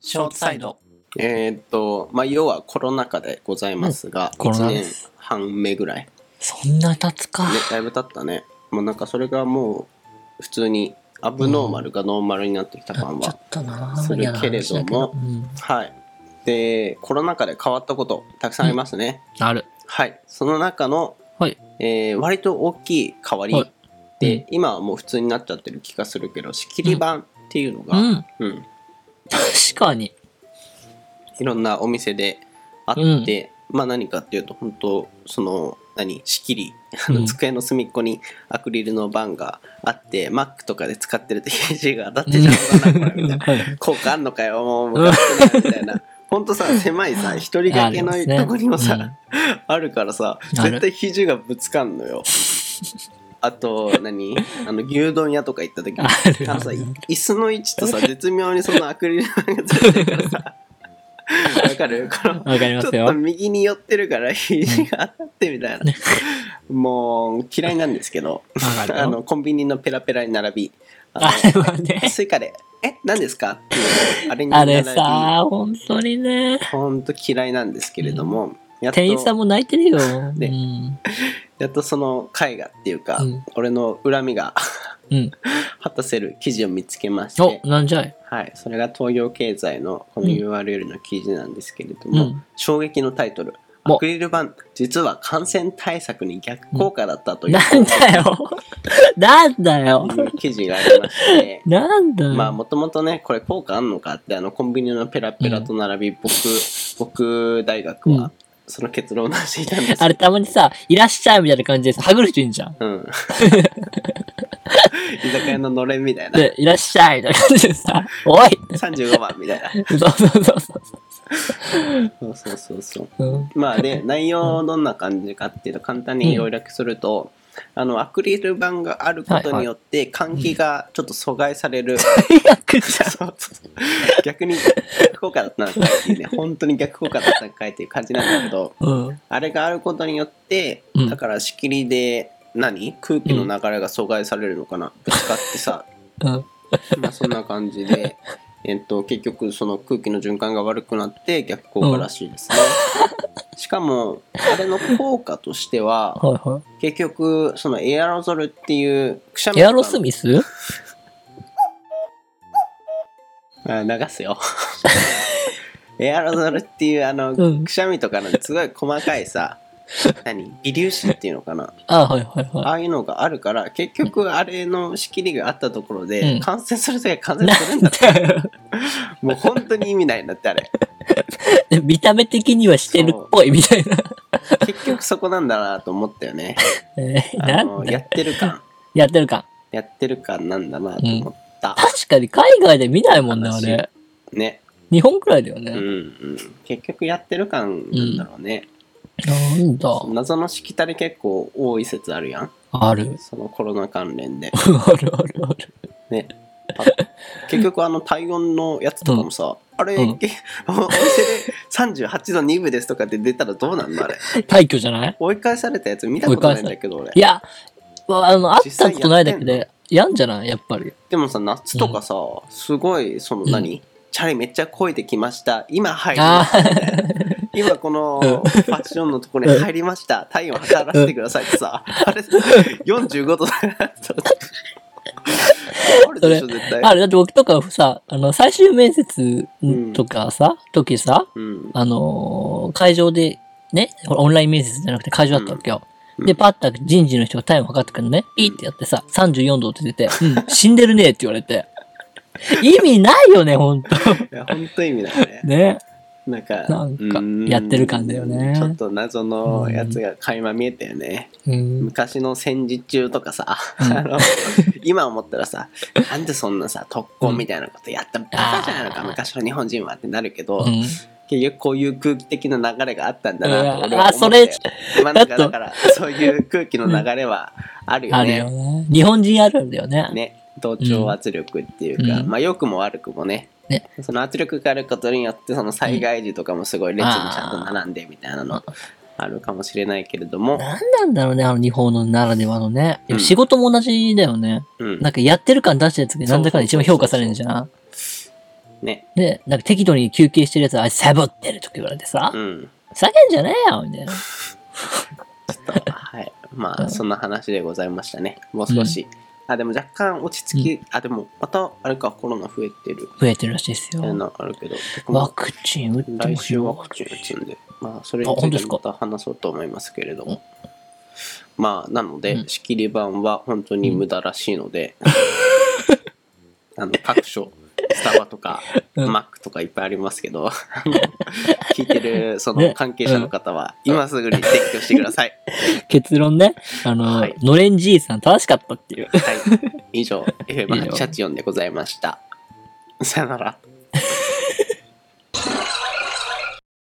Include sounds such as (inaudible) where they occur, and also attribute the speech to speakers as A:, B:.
A: ショートサイド。
B: えーっと、まあ、要はコロナ禍でございますが、
A: コロ
B: 1
A: ナで
B: 年
A: す
B: 半目ぐらい。ね、
A: そんな経つか。
B: だいぶ経ったね。もうなんかそれがもう、普通にアブノーマルがノーマルになってきた
A: や
B: 感
A: っちゃ
B: は
A: っ。たな
B: するけれども
A: 嫌な話だけどうん
B: はい。で、コロナ禍で変わったこと、たくさんありますね。
A: ある。
B: はい。その中の、
A: はい。
B: えー割と大きい変わり。
A: はい
B: で、今はもう普通になっちゃってる気がするけど、仕切り板っていうの
A: う
B: が、
A: ん。
B: うん
A: 確かに。
B: いろんなお店であって、まあ何かっていうと本当その何仕切りあ
A: うん
B: の机の隅っこにアクリルの板があって、Mac とかで使ってると肘が当たってちゃうかなこれ
A: (laughs)
B: みたいな効果あんのかよもう向かってないみたいな本当さ狭いさ一人掛けのとこにも
A: ありま
B: さあるからさ
A: ある
B: 絶対肘がぶつかんの
A: (laughs)
B: よ。あと何あの牛丼屋とか行った時に
A: ある
B: あのさい椅子の位置とさ絶妙にそのアクリル板がついてる
A: (laughs)
B: からさわかるこの
A: わかります
B: ちょっと
A: よ。
B: 右に寄ってるから肘が当たってみたいな、もう嫌いなんですけど
A: わかる
B: あの
A: よ。
B: コンビニのペラペラに並びあ
A: あれはね
B: の、スイカで「え何ですか?」っていうあれに
A: あ
B: 並び
A: れさ、本当にね。
B: ほんと嫌いなんですけれども、やっと
A: 店員さんも泣いてるよ。
B: ね
A: うん
B: やっとその絵画っていうか、
A: うん
B: 俺の恨みが (laughs)
A: うん。
B: 果たせる記事を見つけまして
A: お、なんじゃい。
B: はい、それが東洋経済のこの
A: うん
B: URL の記事なんですけれど
A: う
B: も、
A: ん
B: 衝撃のタイトル「
A: お
B: アクリル板実は感染対策に逆効果だった」という
A: なんだよ。 (laughs) なんだよ。
B: 記事がありま
A: (laughs)
B: して。
A: なんだよ。
B: まあもともとねこれ効果あんのかってあのコンビニのペラペラと並び、僕僕大学
A: うん
B: はその結論を出していたんです
A: あれたまにさ、いらっしゃいみたいな感じでさ、はぐる人いるじゃん。
B: うん
A: (laughs)
B: 居酒屋ののれんみたいな
A: で、いらっしゃいみたいな感じでさ、おい
B: 35番みたいな
A: そうそうそうそう。
B: そうそうそうそう
A: うん
B: まあ
A: (laughs)
B: で内容どんな感じかっていうと簡単に要約すると、あのアクリル板があることによって換気がちょっと阻害される、
A: (laughs) 最悪じゃん。
B: そうそうそう逆に逆効果だったのかって
A: (laughs)
B: いうね本当に逆効果だったのかいっていう感じなんだけど
A: うん。
B: あれがあることによって、
A: うん
B: だから仕切りで何空気の流れが阻害されるのかな、ぶつかってさ
A: うん。
B: (laughs) まあそんな感じで、えっと、結局その空気の循環が悪くなって逆効果らしいですね、しかもあれの効果としては
A: はいは
B: 結局そのエアロゾルっていうくしゃみ
A: (laughs) い。エアロスミス
B: あ流すよ (laughs) エアロゾルっていうあの、
A: うん
B: くしゃみとかのすごい細かいさ何微粒子っていうのかな
A: あはいはいは
B: ああいうのがあるから結局あれの仕切りがあったところで、
A: うん
B: 感染するときは感
A: い。
B: 染するんだって
A: (laughs) なんだよ。
B: もう本当に意味ないんだってあれ
A: (laughs) 見た目的にはしてるっぽいみた (laughs) いな。
B: (laughs) 結局そこなんだなと思ったよね
A: えー
B: あ
A: (laughs) なん
B: の
A: だ
B: や
A: よ
B: ってる感
A: やってるか。
B: やってる感なんだなと思った、
A: 確かに海外で見ないもんね、あれ。
B: ね
A: 日本くらいだよ
B: うんう
A: ね。
B: ん結局やってる感なんだろうね、
A: なんだ。
B: 謎のしきたり結構多い説あるやん
A: ある。
B: そのコロナ関連で
A: あるあるある。 (laughs)
B: ねあ結局あの体温のやつとかもさ、あれ、
A: うん
B: けお店で38度2分ですとかって出たらどうなんのあれ
A: 退去じゃない
B: 追い返されたやつ見たことないんだけど俺
A: いや、わあの、会ったことないだけ
B: 実際や
A: で、やんじゃないやっぱり。
B: でもさ夏とかさ、すごいその
A: うん
B: 何、チャリめっちゃこいてきました今入り
A: あ
B: ま
A: あ
B: す (laughs) 今このファッションのところに入りました体温測らせてくださいってさあれ45度だな (laughs) あるでしょ絶対
A: あれ、だって僕とかさ、あの、最終面接とかさ、時さ、
B: うん
A: あのー会場で、ね、ほらオンライン面接じゃなくて会場だったわけよ。
B: うん
A: で、パッと人事の人がタイム測ってくるのね。ピーってやってさ、34度って出て、うん、死んでるねって言われて。意味ないよね、ほんと。
B: いや本当意味ないね
A: ね。
B: なんか
A: なんか
B: うん
A: やってる感だよね
B: ちょっと謎のやつが垣間見えたよね、
A: うん。
B: 昔の戦時中とかさ、
A: うん
B: あの今思ったらさなんでそんなさ特攻みたいなことやったバカじゃないのか
A: あー
B: 昔の日本人はってなるけど、
A: うん、
B: 結局こういう空気的な流れがあったんだなと
A: う
B: 俺
A: んあ
B: は思
A: そ
B: って
A: れ、
B: 今なんか
A: ちょっ
B: だ
A: と
B: からそういう空気の流れはあるよ
A: ある
B: ね,、
A: よね。日本人あるんだよね。
B: ね同調圧力っていうか、
A: うん
B: まあ良くも悪くもね
A: ね
B: その圧力があることによってその災害時とかもすごい列にちゃんと並んでみたいなのあるかもしれないけれども、
A: なんなんだろうね、あの日本のならではのね。でも
B: うん
A: 仕事も同じだよね。
B: うん
A: なんかやってる感出したやつがなんだかんだ一番評価されるじゃん。
B: ね。
A: で、なんか適度に休憩してるやつは、あいつサボってるとか言われてさ、
B: うん。
A: 下げんじゃねえよみたいな。
B: はい。まあ、そんな話でございましたね。もう少し。あ、でも若干落ち着き、あ、でも、また、あれか、コロナ増えてる。
A: 増えてるらしいです
B: あ
A: よ。
B: の、あるけど。僕も
A: ワクチン打って
B: 来
A: ほしい
B: 週
A: よ
B: ワクチン打つんで、まあ、それ
A: あ
B: につ
A: 本当で
B: い
A: す
B: て
A: か
B: また話そうと思いますけれども。まあ、なので、
A: うん
B: 仕切り版は本当に無駄らしいので、 (laughs) あの、各所、スタバとか、
A: うん
B: マックとかいっぱいありますけど、あの聞いてる、そ
A: ね
B: の関係者の方は、今すぐに撤去してください。
A: 結論ね、あの、
B: はい
A: のれんじいさん正しかったっていう。
B: はい。以上、
A: いよ
B: FM884 でございました。さよなら。